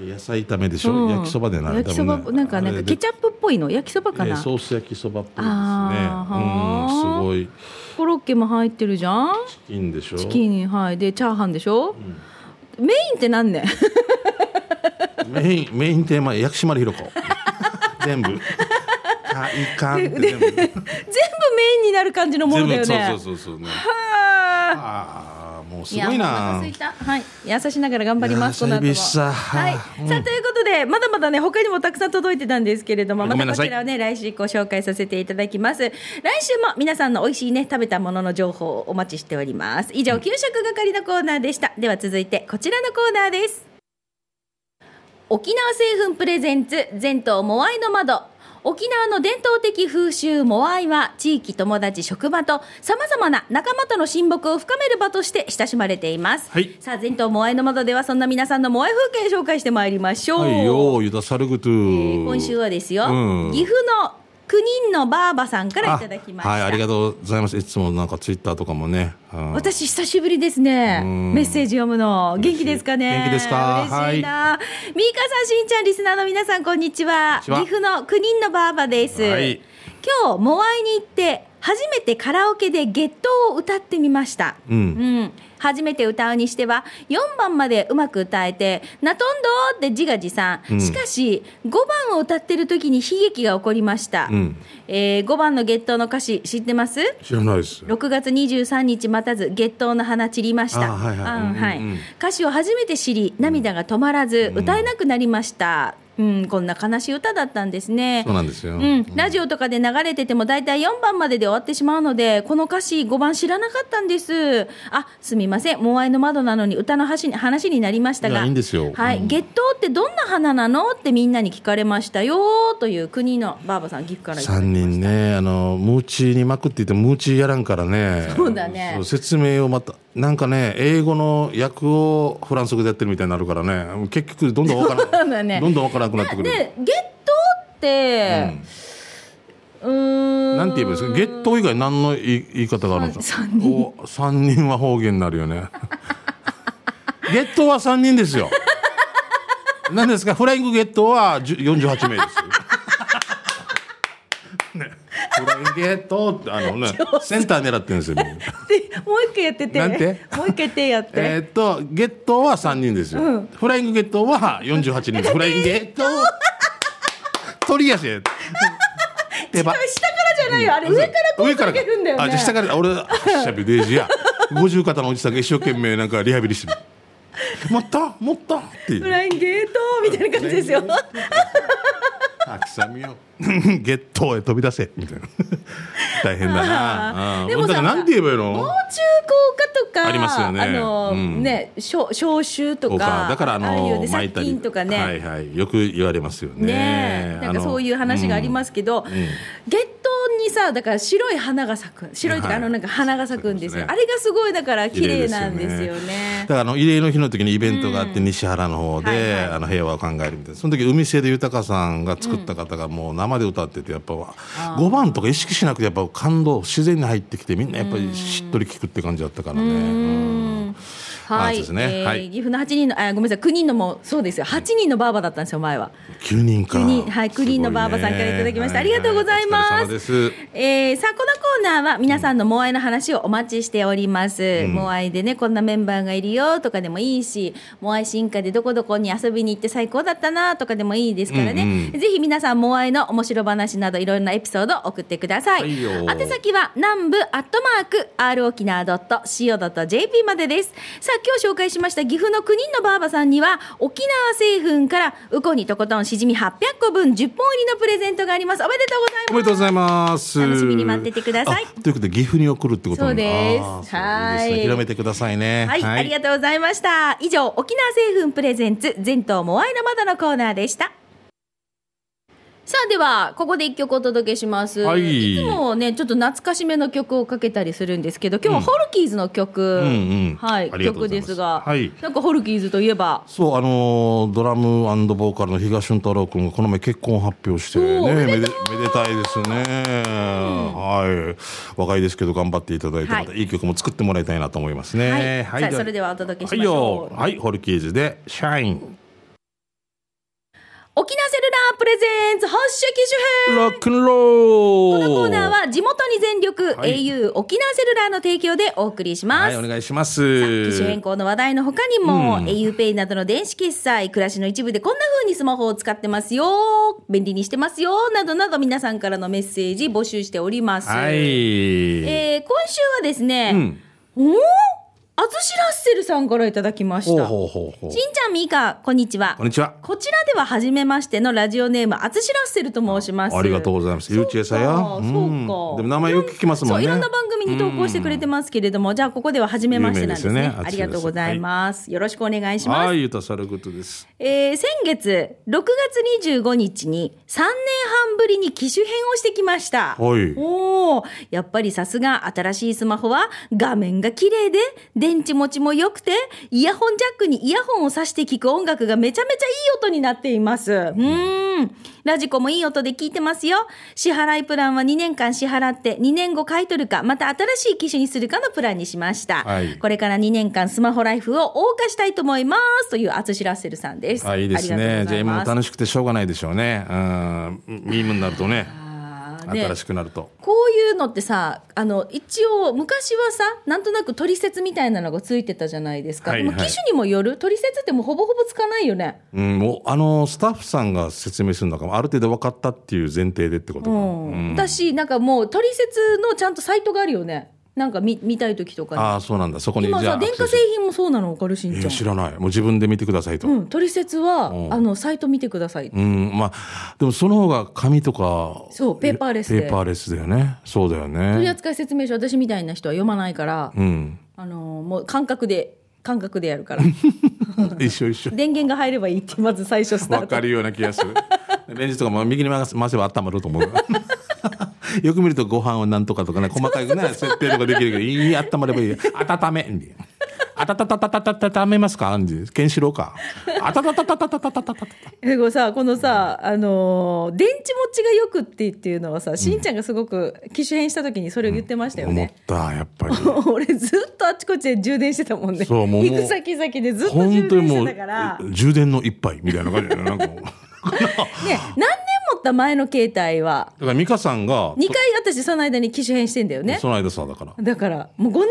B: 野菜炒めでしょ、
A: うん
B: 焼きそばでな
A: 焼きそばなんかなんかケチャップっぽいの焼きそばか
B: え
A: な、
B: ーソース焼きそばっぽいですね
A: あー
B: うんすごい
A: コロッケも入ってるじゃん
B: いいんでしょ
A: チキンはいでチャーハンでしょ、メインってなん ねん
B: メインメインテーマ薬師丸ひろ子全部かいかんって全部
A: 全部メインになる感じのものだよね
B: 全部そうそうそうそうね
A: はあ
B: ああもうす
A: いや
B: ご
A: お
B: い
A: 腹
B: な
A: 空いたはい優しながら頑張りますこ
B: い
A: の
B: や
A: 後
B: ー
A: も
B: 久々
A: はい、
B: うん
A: さあということでまだまだね他にもたくさん届いてたんですけれどもまた
B: ごめんな
A: こ
B: さい
A: ちらをね来週ご紹介させていただきます来週も皆さんの美味しいね食べたものの情報をお待ちしております以上給食係のコーナーでしたでは続いてこちらのコーナーです沖縄製粉プレゼンツ全島モアイの窓沖縄の伝統的風習モアイは地域友達職場とさまざまな仲間との親睦を深める場として親しまれています、
B: はい
A: さあ全島モアイの窓ではそんな皆さんのモアイ風景紹介してまいりましょう、
B: はいよーゆださるぐと
A: えー今週はですよ、
B: うん
A: 岐阜の9人のばあばさんからいただきました、
B: あはいありがとうございますいつもなんかツイッターとかもねうん
A: 私久しぶりですね。
B: うん
A: メッセージ読むの元気ですかね。
B: 元気ですか
A: 嬉しいな。ミイカさん、しんちゃん、リスナーの皆さん、こんにちは。
B: こんに
A: 岐
B: ちは
A: 阜の9人のバーバです。
B: はい
A: 今日モアイに行って初めてカラオケでゲットを歌ってみました。
B: う
A: うんん、初めて歌うにしては4番までうまく歌えて「なとんど」って自画自賛、
B: うん
A: しかし5番を歌ってる時に悲劇が起こりました、
B: うん
A: え5番の「ゲット」の歌詞知ってます
B: 知らないです
A: 6月23日待たず月頭の花散りました
B: あはいはい
A: うんはい
B: うんうんうん
A: 歌詞を初めて知り涙が止まらず歌えなくなりました、うん、こんな悲しい歌だったんですね
B: そうなんですよ
A: うん、ラジオとかで流れてても大体4番までで終わってしまうのでこの歌詞5番知らなかったんですあすみません「モアイの窓」なのに歌の話に話になりました
B: い
A: が
B: やいいんですよ
A: はい
B: うん
A: 月頭ってどんな花なのってみんなに聞かれましたよという国のばあばさん岐阜からいただきました
B: 三人ね、あの、ムーチーにまくって言って、ムーチーやらんからね。
A: そうだね
B: そう説明をまた、なんかね、英語の訳をフランス語でやってるみたいになるからね、結局どんどんわから
A: そうだ
B: な、
A: ね
B: どんどんわからなくなってくる。
A: でゲットってうーん
B: なんて言えばいいですか、ゲット以外何の言い言い方があるんですか。
A: 三
B: 人。三人は方言になるよね。 ゲットは三人ですよ。なんですか、フライングゲットはじゅ48名です。 ね、フライングゲットってあのね、センター狙ってるん ですよ。みんな
A: で もう一回やってて
B: なんて
A: もう一回やってやって、
B: えーっと、ゲットは三人ですよ、フライングゲットは48人。フラ イングゲット。取り足。 手羽
A: 下からじゃないよあれ上からこう
B: 上から
A: か
B: か
A: けるんだよね
B: あじゃあ下か ら俺あしゃべデージや50肩のおじさんが一生懸命なんかリハビリしてるもっともっとってい
A: フ
B: う
A: ライングゲートみたいな感じです よ
B: あきさみを ゲットへ飛び出せみたいな 大変だな
A: あー
B: うん
A: でもさ
B: だからなんて言えばいいの
A: もう中高科とか
B: ありますよね
A: あの、
B: うん
A: ね消消臭と
B: そう
A: か
B: かだからあ
A: ああい
B: の
A: うね
B: 巻いた
A: 殺菌
B: り
A: とかね、
B: はいはいよく言われますよね
A: ねえなんかそういう話がありますすけど、
B: ん
A: 月頭にさだから白い花が咲く白いっていうか、
B: はい
A: あのなんか花が咲くんですよ、
B: 咲きま
A: あ
B: す
A: れがすごいだから綺麗なんです
B: 綺麗
A: よね
B: だからあの慰霊の日の時にイベントがあって西原の方で、
A: はいはい
B: あの平和を考えるみたいなその時海瀬で豊さんが作った方がもう生で歌っててやっぱ5番とか意識しなくてやっぱ感動自然に入ってきてみんなやっぱりしっとり聞くって感じだったからね。うん
A: は
B: あそう
A: い
B: で、すね
A: えー
B: はい
A: 岐阜の8人のあごめんなさい9人のもそうですよ8人のバーバだったんですよ前は
B: 9人か
A: 9人はい9人のバーバさんからいただきました、ありがとうございます、
B: お疲れ様です
A: えーさあこのコーナーは皆さんのモアイの話をお待ちしております、モアイでねこんなメンバーがいるよとかでもいいしモアイ進化でどこどこに遊びに行って最高だったなとかでもいいですからね、
B: うん
A: ぜひ皆さんモアイの面白話などいろいろなエピソードを送ってください、
B: はいよ
A: 宛先は南部アットマーク r 沖縄 .co.jp までですさあ今日紹介しました岐阜の9人のばあばさんには沖縄製粉からウコンにとことんしじみ800個分10本入りのプレゼントがありますおめでとうございます
B: おめでとうございます。
A: 楽しみに待っててください
B: あということで岐阜に送るってことなんだ
A: そうです
B: あーそう
A: はい
B: いですね広めてください ね。
A: はい、ありがとうございました。以上、沖縄製粉プレゼンツ、全島モアイの窓のコーナーでした。さあ、では、ここで一曲お届けします。
B: はい
A: つもね、ちょっと懐かしめの曲をかけたりするんですけど、今日はホルキーズの曲、
B: うんうん
A: はい、
B: ありがと
A: 曲
B: うござい
A: で
B: ます
A: すが、
B: はい
A: なんかホルキーズといえば、
B: そう、あのードラムボーカルの東俊太郎君がこの前結婚発表して
A: そうお
B: ね、
A: め
B: め
A: で
B: で
A: と
B: めでたいですね、はい。若いですけど頑張っていただいて、
A: はい
B: い、またいい曲も作ってもらいたいなと思いますね。
A: はいさあそれではお届けしましょう
B: はいよ、はい、ホルキーズで、シャイン。
A: 沖縄セルラープレゼンツ発射機種編
B: ロックンロ
A: こ
B: ール
A: のコーナーは地元に全力、
B: はい
A: au 沖縄セルラーの提供でお送りしま
B: は
A: す。
B: いお願いしま
A: 機種
B: す
A: 変更の話題の他にも、auPay などの電子決済、暮らしの一部でこんな風にスマホを使ってますよ、便利にしてますよ、などなど皆さんからのメッセージ募集しております。
B: はい、
A: えー今週はですね、
B: ん
A: おおあずしラッセルさんからいただきまし
B: ほう
A: た。
B: ほうほうほう
A: しんちゃん、みーか、こんにちは
B: こん。にちは
A: こちらでは初めましてのラジオネーム、あつしラッセルと申します。
B: ありがとうございますゆうちえさんや
A: そうか
B: うん
A: そうか
B: でも名前よく聞きますもんね
A: そう、いろんな番組に投稿してくれてますけれども、じゃあここでは初めましてなんですね。
B: 有名ですよね
A: ありがとうございます。よろしくお願いします。
B: はいゆたさることです
A: えー先月、6月25日に3年半ぶりに機種変をしてきました。
B: はい
A: おーやっぱりさすが新しいスマホは画面が綺麗で、電池持ちも良くて、イヤホンジャックにイヤホンを挿して聞く音楽がめちゃめちゃいい音になっています。うーん。ラジコもいい音で聞いてますよ。支払いプランは2年間支払って、2年後買い取るか、また新しい機種にするかのプランにしました。
B: はい
A: これから2年間スマホライフを謳歌したいと思いますというあつしラッセルさんです。
B: あいいですねじゃあ今も
A: し
B: 楽しくてしょうがないでしょうねうんミームになるとね新しくなると
A: こういうのってさあの一応昔はさなんとなく取説みたいなのがついてたじゃないですか、
B: はい
A: でも
B: はい
A: 機種にもよる取説ってもうほぼほぼつかないよね
B: うん、もうあのスタッフさんが説明するのかもある程度分かったっていう前提でってことか、
A: うん、だしなんかもう取説のちゃんとサイトがあるよねなんか見見たい時とか
B: ああそうなんだそこ
A: に
B: に
A: 今
B: じゃ
A: さ
B: あ
A: 電化製品もそうなの分かるしん
B: い
A: ちゃ
B: や
A: ん
B: 知らないもう自分で見てくださいと、うん
A: うん取説はあのサイト見てください
B: まあでもその方が紙とか
A: そうペーパーレスで
B: ペーパーレスだよねそうだよ
A: 取
B: ね
A: 扱説明書私みたいな人は読まないから、
B: うん
A: あのーもう感覚で感覚でやるから
B: 一緒一緒
A: 電源が入ればいいってまず最初スター
B: 分
A: ト
B: かるような気がするレンジとかも右に回す回せば温まると思う よく見るとご飯をなんとかとかね細かいね設定とかできるけどいい温まればいい温めんであたたたたたたたためますかアンジケンシロウかあたたたたたたたたたた
A: えこれさこのさ、あのー電池持ちがよくってっていうのはさしんちゃんがすごく機種変した時にそれを言ってましたよ
B: 思っ
A: ね、
B: たやっぱり
A: 俺ずっとあちこちで充電してたもんね
B: そうもう
A: 行く先々でずっと充
B: 本当
A: 電
B: に
A: し
B: も
A: て
B: う
A: たからね
B: 充電の一杯みたいな感じだよねなんかもうだ
A: 何年持った前の携帯は
B: から美香さんが
A: 2回私その間に機種変してんだよね
B: その間さだから
A: だからもう5年6年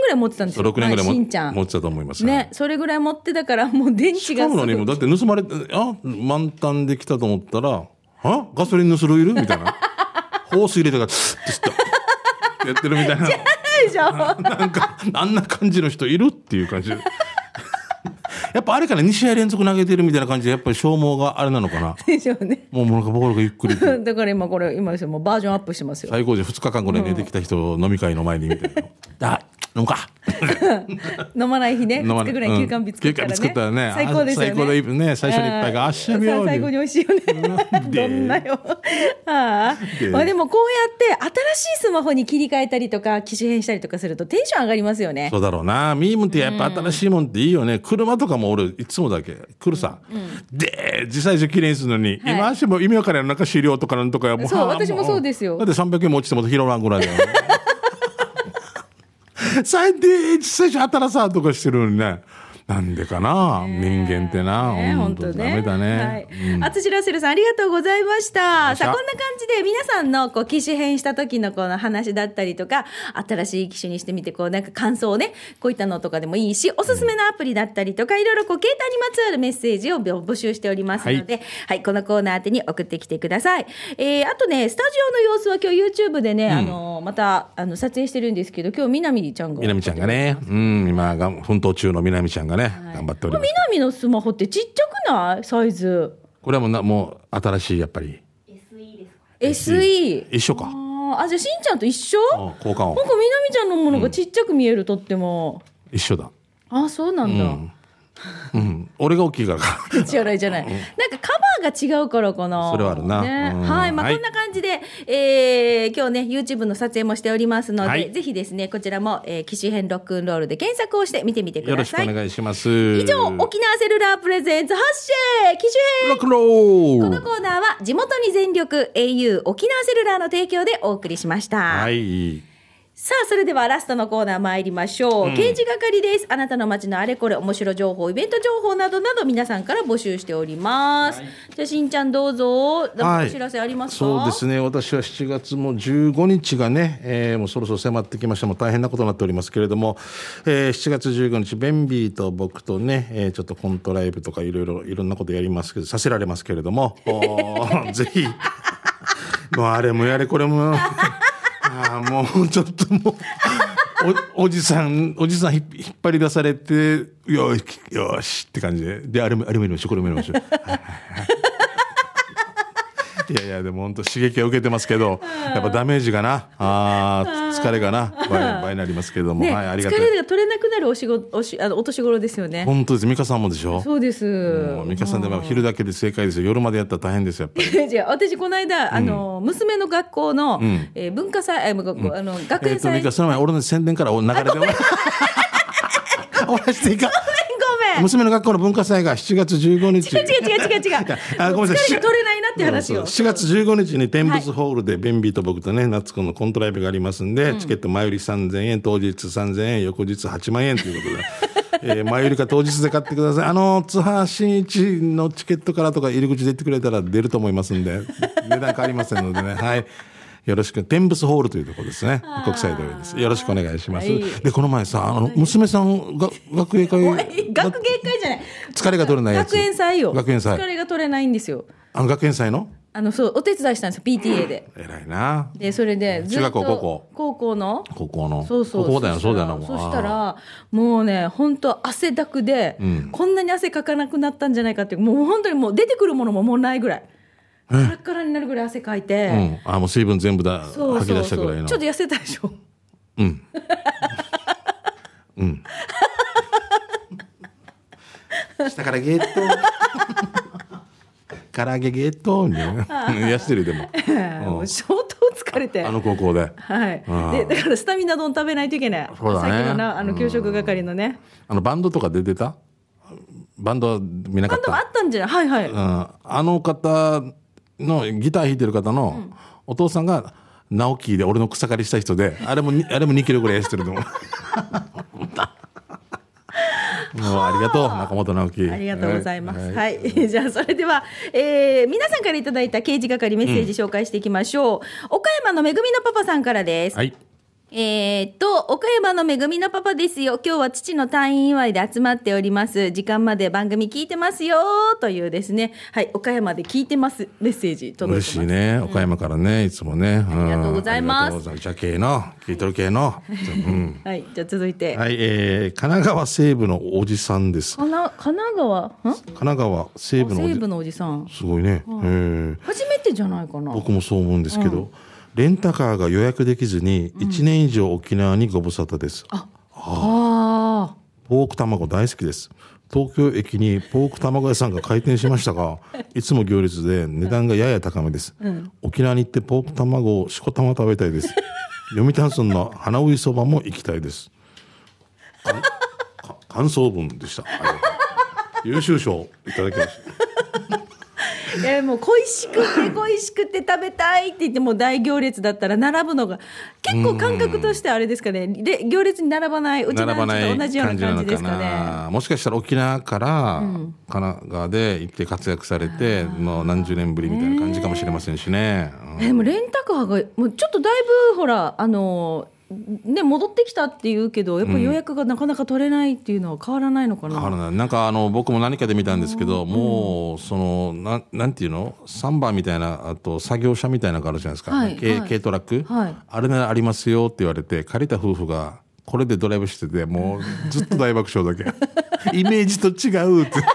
A: ぐらい持ってたんですよ
B: 6年ぐらい
A: まあし
B: も
A: んちゃん
B: 持ってたと思います
A: ね、それぐらい持ってたから、もう電池
B: し
A: が
B: か
A: す
B: も
A: ご
B: 何
A: い
B: もだって盗まれてあ満タンできたと思ったら「あガソリンのスルいる?」みたいな ホース入れてから「ツッ」ってしたやってるみたいな
A: でしょ
B: なんかあんな感じの人いるっていう感じやっぱあれから2試合連続投げてるみたいな感じでやっぱり消耗があれなのかな
A: でしょうね。
B: もうなんかボコボコゆっくり
A: だから今これ、今ですよ、もうバージョンアップしてますよ。
B: 最高時2日間ぐらい寝てきた人飲み会の前にみたいな「 あ飲むか」
A: 飲まない日ね、
B: 飲ま
A: 2
B: な
A: 日
B: い
A: ぐらい休館日作ったらね。
B: うん休館日作ったらね
A: 最高ですよね。
B: あ最高でね最初の一杯が
A: うん
B: あっしゃみよ
A: さ
B: う
A: 最後に美味しいよね。どんなよ。 ああ
B: で。
A: まあでもこうやって、新しいスマホに切り替えたりとか、機種変したりとかするとテンション上がりますよね。
B: そうだろうな。ミームってやっぱ新しいもんっていいよね。車とかも俺、いつもだけ。来るさ。で、自際車綺麗にするのに、
A: はい
B: 今足も意味わからん、なんか資料とかなんとかも
A: そう
B: はあ
A: 私もそうですよ
B: だって300円も落ちても拾わんぐらいだよ。 最低、実際車新さとかしてるのにね。なんでかな、人間ってな。
A: ね、
B: ほん
A: 本
B: と
A: 当
B: ダ
A: ね。
B: メだね。
A: はい。あつしラッセルさん、ありがとうございました。
B: りがとうございました
A: さあ、こんな感じで、皆さんの、こう、機種変した時の、この話だったりとか、新しい機種にしてみて、こう、なんか感想をね、こういったのとかでもいいし、おすすめのアプリだったりとか、いろいろ、こう、携帯にまつわるメッセージを募集しておりますので、はい、このコーナー宛てに送ってきてください。えー、あとね、スタジオの様子は今日 YouTube でね、あの、また、あの、撮影してるんですけど、今日、みなみちゃんが。
B: みなみちゃんがね、うん、今が、奮闘中のみなみちゃんがね、頑張っており
A: これみ。
B: ます
A: なみのスマホってちっちゃくないサイズ。
B: これはもうな、もう、新しい、やっぱり。
A: SE。
B: 一緒か。
A: あーあ、じゃあしんちゃんと一緒
B: うん交換
A: なん
B: 音
A: か。みなみちゃんのものがちっちゃく見える、とっても。
B: 一緒だ。
A: あ、そうなんだ。
B: うん、俺が大きいからか。
A: 口洗いじゃない。なんかカバーが違うからかな。
B: それはあるな
A: ね
B: うん
A: はい。まあ、
B: はい
A: こんな感じで、えー今日ね、YouTube の撮影もしておりますので、
B: はい
A: ぜひですね、こちらも、えー、機種編ロックンロールで検索をして見てみて く
B: よろ
A: だ
B: しく
A: さ
B: お
A: い。
B: 願いします。
A: 以
B: 以
A: 上、
B: ロ
A: 沖縄セルラープレゼンツ発信機種編
B: ックンロ
A: こ
B: ー
A: の
B: ル
A: コーナーは地元に全力 au 沖縄セルラーの提供でお送りしました。
B: はい。
A: さあ、それではラストのコーナー参りましょう。刑事係です。あなたの街のあれこれ、面白情報、イベント情報などなど、皆さんから募集しております。じゃあ、しんちゃんどうぞ。なんかお知らせありますか、
B: そうですね私は7月も15日がね、えーもうそろそろ迫ってきましてもう大変なことになっておりますけれども、えー7月15日ベンビーと僕とね、えーちょっとコントライブとかいろいろいろんなことやりますけどさせられますけれど もおーぜひもうあれもやれこれもあーもうちょっともう。おおじさん、おじさんひ引っ張り出されて、よし、よしって感じで。で、あれも、あれもやりましょう、これもやりましょう。いやいや、でも本当刺激は受けてますけど、やっぱダメージがな、あー疲れがな、倍倍になりますけども、
A: ね
B: はい、あり
A: 疲
B: がたい。
A: れが取れなくなるお仕事おしあのお年頃ですよね。
B: 本当です、美香さんもでしょ
A: そうです。
B: もう美香さんでも昼だけで正解ですよ。夜までやったら大変ですよ、やっぱ り。
A: じゃあ私この間、あの娘の学校の、えー文化祭あごごあの学
B: えっ
A: 園
B: と、
A: 祭、
B: 美香さんは俺の宣伝からお流れで 終わ終わらせていいか。
A: ごめんご
B: 娘の学校の文化祭が7月15日。
A: めん違う違う違う違う違う
B: あごめんなさい
A: 疲れが取れないなって話
B: そう
A: を
B: 7月15日に天仏ホールでベンビーと僕とね夏子のコントライブがありますんで、チケット前売り3000円当日3000円翌日8万円ということで、えー 前売りか当日で買ってくださいあの津波真一のチケットからとか入り口で言ってくれたら出ると思いますんで値段変わりませんの でねはいよろしく天仏ホールというところですね国際通りですよろしくお願いします、
A: はい
B: でこの前さあの娘さんが学芸会
A: おい学芸会じゃない
B: 疲れが取れないやつ
A: 学園祭よ
B: 学園祭
A: 疲れが取れないんですよ
B: あの学園祭の
A: あのそうお手伝いしたんですよ PTA で
B: 偉いな
A: でそれでずっと
B: 中学校高校
A: 高校の
B: ここの
A: そうそう
B: ここだよ
A: した
B: そうだ
A: ら
B: よなもう
A: そした
B: あ
A: らもうね本当汗だくで、こんなに汗かかなくなったんじゃないかっていうもう本当にもう出てくるものももうないぐらいカラッカラになるぐらい汗かいて、
B: ーうん、あもう水分全部だ
A: そう
B: 吐き
A: そう
B: 出した
A: そ
B: ぐらいうの
A: ちょっと痩せたでしょ
B: 下からゲット唐揚げゲットみたいな痩せてるでも
A: もう相当疲れて
B: あの高校で
A: はい
B: あ、
A: でだからスタミナ丼食べないといけない
B: そうだね
A: さっきのなあの給食係のね
B: あのバンドとか出てたバンドは見なか
A: あ
B: っ
A: んたもあ
B: た
A: ったんじゃないはいはい
B: うん、あの方のギター弾いてる方のお父さんがナオキーで俺の草刈りした人であれもにあれも2キロぐらい痩せてる と思うもうありがとう中本直樹
A: ありがとうございます。
B: は
A: はいい、 じゃあそれでは、えー皆さんからいただいた刑事係メッセージ紹介していきましょう。岡山のめぐみのパパさんからです。
B: はい。
A: えーっと、岡山のめぐみのパパですよ。今日は父の退院祝いで集まっております。時間まで番組聞いてますよ。というですね。はい、岡山で聞いてます。メッセージ届い
B: 嬉
A: て
B: し
A: ま
B: い
A: す。
B: ね。岡山からね、いつもね。あ
A: りがとうございます
B: ありがとうございます。じゃ系の、聞いとる系の。うん
A: はい、じゃあ続いて。
B: はい、えー、神奈川西部のおじさんです。
A: かな神奈川ん
B: 神奈川西部のお
A: 西
B: じ
A: 部のおじさん。
B: すごいね。えー
A: 初めてじゃないかな。
B: 僕もそう思うんですけど、レンタカーが予約できずに、1年以上沖縄にご無沙汰です。
A: ああ。
B: ポーク卵大好きです。東京駅にポーク卵屋さんが開店しましたが、いつも行列で値段がやや高めです。沖縄に行ってポーク卵をしこたま食べたいです。読谷村の花追いそばも行きたいです。か か感想文でした。ありがとう優秀賞いただきました。
A: えー、もう恋しく て恋しくて食べたいって言ってもう大行列だったら並ぶのが結構感覚としてあれですかねで行列に並ばないうちの
B: 並ば
A: アンチ
B: ない
A: と同じような感じですかね。
B: もしかしたら沖縄から神奈川で行って活躍されて、もう何十年ぶりみたいな感じかもしれませんしね。うん
A: えーでもレンタカーがもうちょっとだいぶほらあのーね戻ってきたっていうけどやっぱ予約がなかなか取れないっていうのは変わらないのかな。
B: あるななんかあの僕も何かで見たんですけど、もうそのなんなんていうの3番みたいなあと作業車みたいなのがあるじゃないですか、
A: はい
B: 軽
A: はい
B: 軽トラック、
A: はい
B: あれならありますよって言われて借りた夫婦がこれでドライブしてても うずっと大爆笑だけイメージと違うって。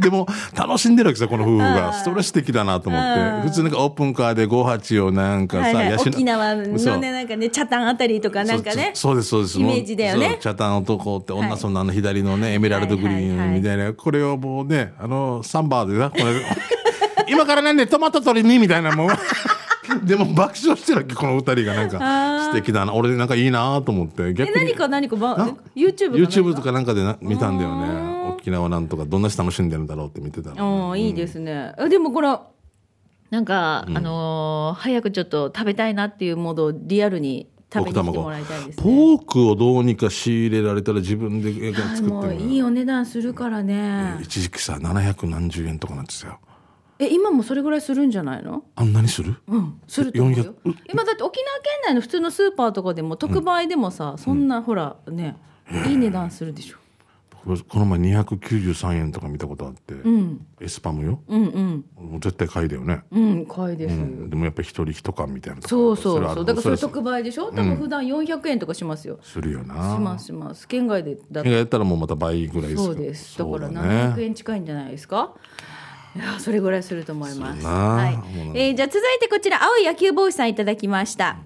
B: でも楽しんでるわけさこの夫婦がストレス的だなと思って普通なんかオープンカーで58をなんか
A: はい
B: さ、
A: はい、
B: 養
A: 沖縄の
B: そう
A: ねなんかね北谷あたりとかなんかね
B: そうそうですそうです
A: イメージだよね
B: そうチャタン男って
A: は
B: 女
A: い
B: そんなの左のねエメラルドグリーンみたいなこれをもうねあのサンバーでなこれ 今からなんでトマト取りにみたいなもう でも爆笑してるわけこの二人がなんか素敵だな俺なんかいいなと思って
A: え
B: 逆
A: 何か何か、
B: な
A: ま、YouTube かなんか
B: YouTube とかなんかでな見たんだよね沖縄なんとかどんな人楽しんでるんだろうって見てたの
A: ああいいですね。あでもこれなんか、あのー早くちょっと食べたいなっていうモードをリアルに食べに来てもらいたいです
B: ポ
A: ね
B: ークをどうにか仕入れられたら自分でえー
A: はい
B: 作
A: も
B: って
A: う
B: る
A: いいお値段するからね
B: 一時期さ700何十円とかなんですよ
A: え今もそれぐらいするんじゃないの
B: あんなにする
A: うんすると思うよ
B: 400
A: 今だって沖縄県内の普通のスーパーとかでも特売でもさ、そんなほらねいい値段するでしょ
B: 僕この前293円とか見たことあって、
A: うん
B: エスパムよ
A: うんうん
B: もう絶対買いだよね、
A: うん買いです、
B: うん、でもやっぱ一人一缶みたいなとこ
A: そうそうそう
B: れある
A: だからそれ
B: それ
A: 特売でしょ多分普段400円とかしますよ、
B: するよな
A: しますします県外でだ
B: 映画やったらもうまた倍ぐらいする
A: そうですだから
B: そうだ
A: 700円近いんじゃないですか、いやそれぐらいすると思います
B: そうだな
A: はい
B: もう
A: えーじゃあ続いてこちら青い野球帽子さんいただきました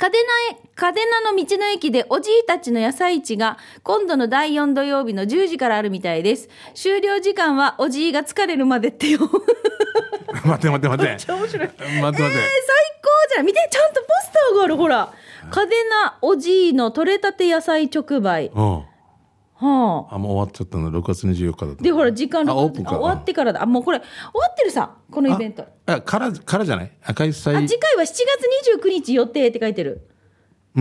A: 嘉手納へ嘉手納の道の駅でおじいたちの野菜市が今度の第4土曜日の10時からあるみたいです終了時間はおじいが疲れるまでってよめっ
B: 待って待って待って
A: ちゃ面白い
B: 待って待っ
A: え
B: て
A: ー最高じゃん見てちゃんとポスターがあるほら嘉手納おじいの取れたて野菜直売
B: うん
A: はあ
B: あもう終わっちゃったの6月24日だった
A: でほら時間
B: あ
A: 六
B: オープンか
A: あ終わってからだあもうこれ終わってるさこのイベントあ
B: あからからじゃない赤い祭
A: 次回は7月29日予定って書いてる、
B: うん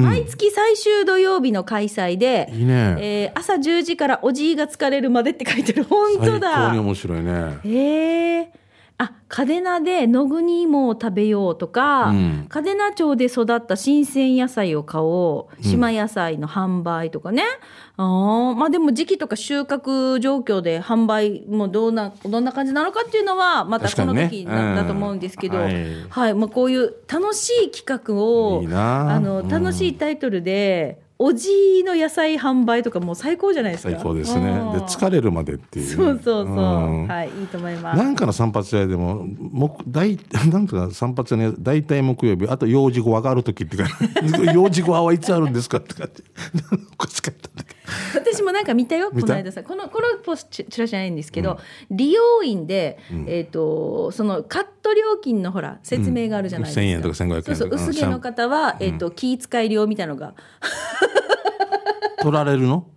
A: 毎月最終土曜日の開催で
B: いいね
A: えー朝10時からおじいが疲れるまでって書いてる本当
B: 最高に
A: だ
B: 面白いね
A: へえあ嘉手納で野国芋を食べようとか、
B: うん
A: 嘉手納町で育った新鮮野菜を買おう島野菜の販売とかね、ああまあでも時期とか収穫状況で販売もどうなどんな感じなのかっていうのはまたこの時
B: 確かにね
A: な
B: うん
A: だと思うんですけど、
B: は
A: はい
B: い
A: まあ、こういう楽しい企画を
B: いいなあ
A: あの
B: うん
A: 楽しいタイトルで、おじいの野菜販売とかもう最高じゃないですか
B: 最高ですねで
A: うん
B: 疲れるまでっていうね、
A: そうそうそう、
B: ん
A: はいいいと思います
B: なんかの散髪屋でも、木大 なんとか散髪屋に大体木曜日、あと用事後上がる 時ってか、用事後はいつあるんですかって感じ。おかしかったんだけ
A: 私もなんか見たよ、こ
B: 見た
A: の間さ、この、このポスチチラシじゃないんですけど、利用院で、えっ、と、そのカット料金のほら、説明があるじゃないですか。
B: うん1000円とか1500円と
A: そ
B: か
A: うそう、
B: うん
A: 薄毛の方は、えっ、と、気遣い料みたいなのが、
B: ど。 取られるの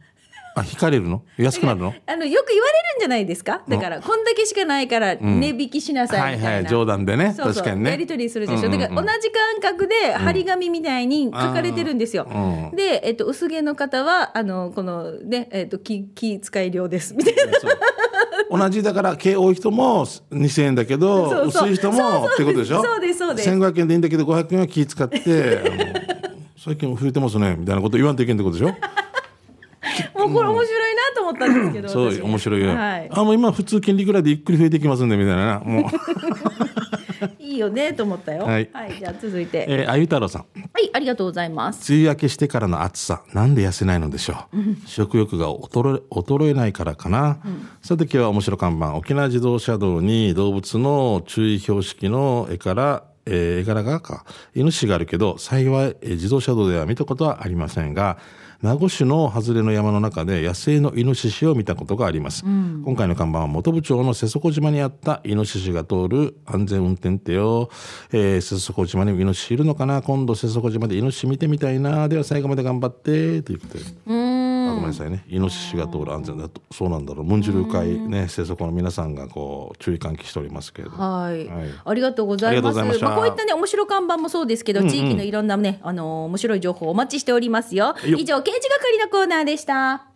B: あ、引かれるの安くな るの
A: あの、よく言われるんじゃないですかだから、こんだけしかないから、値引きしなさ
B: はいい
A: みたいな。
B: はい、冗談でね。
A: そうそう
B: 確かにね。
A: やり取りするでしょ、
B: うんうんうん
A: だから同じ感覚で張り紙みたいに書かれてるんですよ、
B: うん
A: で、えっと、薄毛の方はあのこのね、えっと、気気使い量ですみたいな
B: そう同じだから毛多い人も2000円だけど
A: そうそう
B: 薄い人
A: そう
B: も
A: そう
B: ってことでしょ
A: そうですそうです
B: 1500円でいいんだけど500円は気使ってあの最近増えてますねみたいなこと言わんといけんってことでしょ
A: もうこれ面白いなと思ったんですけど、
B: そ
A: 私
B: う面白いよ、
A: はい、
B: あもう今普通金利ぐらいでゆっくり増えていきますんでみたいなもう、
A: いいよねと思ったよは
B: はいい、
A: じゃあ続いて、
B: えーあゆ太郎さん
A: はいありがとうございます
B: 梅雨明けしてからの暑さなんで痩せないのでしょう、食欲が衰え衰えないからかな、さて今日は面白看板沖縄自動車道に動物の注意標識の絵からえー絵柄がか犬があるけど幸いえー自動車道では見たことはありませんが名護市の外れの山の中で野生のイノシシを見たことがあります、今回の看板は本部町の瀬底島にあったイノシシが通る安全運転手を、えー瀬底島にもイノシシいるのかな今度瀬底島でイノシシ見てみたいなでは最後まで頑張ってということで
A: うーん
B: あごめんなさいねイノシシが通る安全だとそうなんだろうムンジュル会ね瀬底の皆さんがこう注意喚起しておりますけれども
A: はい、
B: はい
A: ありがとうございます。
B: ありがとうございました
A: あ、こういったね、面白看板もそうですけど、地域のいろんなね、あのー面白い情報お待ちしておりますよ。
B: いよ
A: 以上、刑事係のコーナーでした。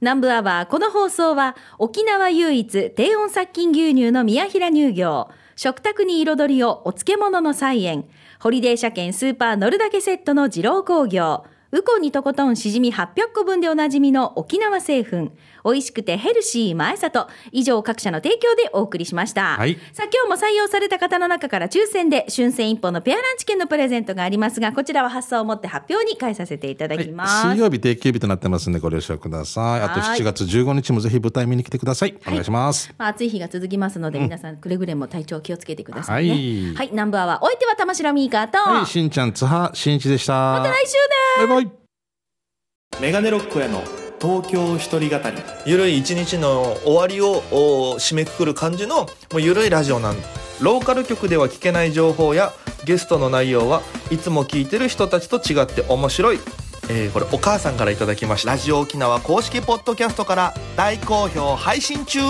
A: 南部アワー、この放送は、沖縄唯一低温殺菌牛乳の宮平乳業、食卓に彩りをお漬物の菜園、ホリデー車券スーパー乗るだけセットの二郎工業、ウコンにとことんしじみ800個分でおなじみの沖縄製粉、美味しくてヘルシー前里、以上各社の提供でお送りしました。
B: はい
A: さあ今日も採用された方の中から抽選で春戦一本のペアランチ券のプレゼントがありますがこちらは発送をもって発表に返させていただきます、
B: 水曜日定休日となってますんでご了承ください。あと
A: はい
B: 7月15日もぜひ舞台見に来てください。お願いします。
A: まあ、暑い日が続きますので、皆さんくれぐれも体調気をつけてくださいね。は、
B: はいい
A: 南部アワー、おいては玉城ミーカーと、
B: はい、しんちゃん、津波、しんいちでした。ま
A: また来週です
B: バイバイ。
C: メガネロックへの東京一人語り
D: ゆるい一日の終わりをお締めくくる感じのもうゆるいラジオなんローカル局では聞けない情報やゲストの内容はいつも聞いてる人たちと違って面白い、えーこれお母さんからいただきましたラジオ沖縄公式ポッドキャストから大好評配信中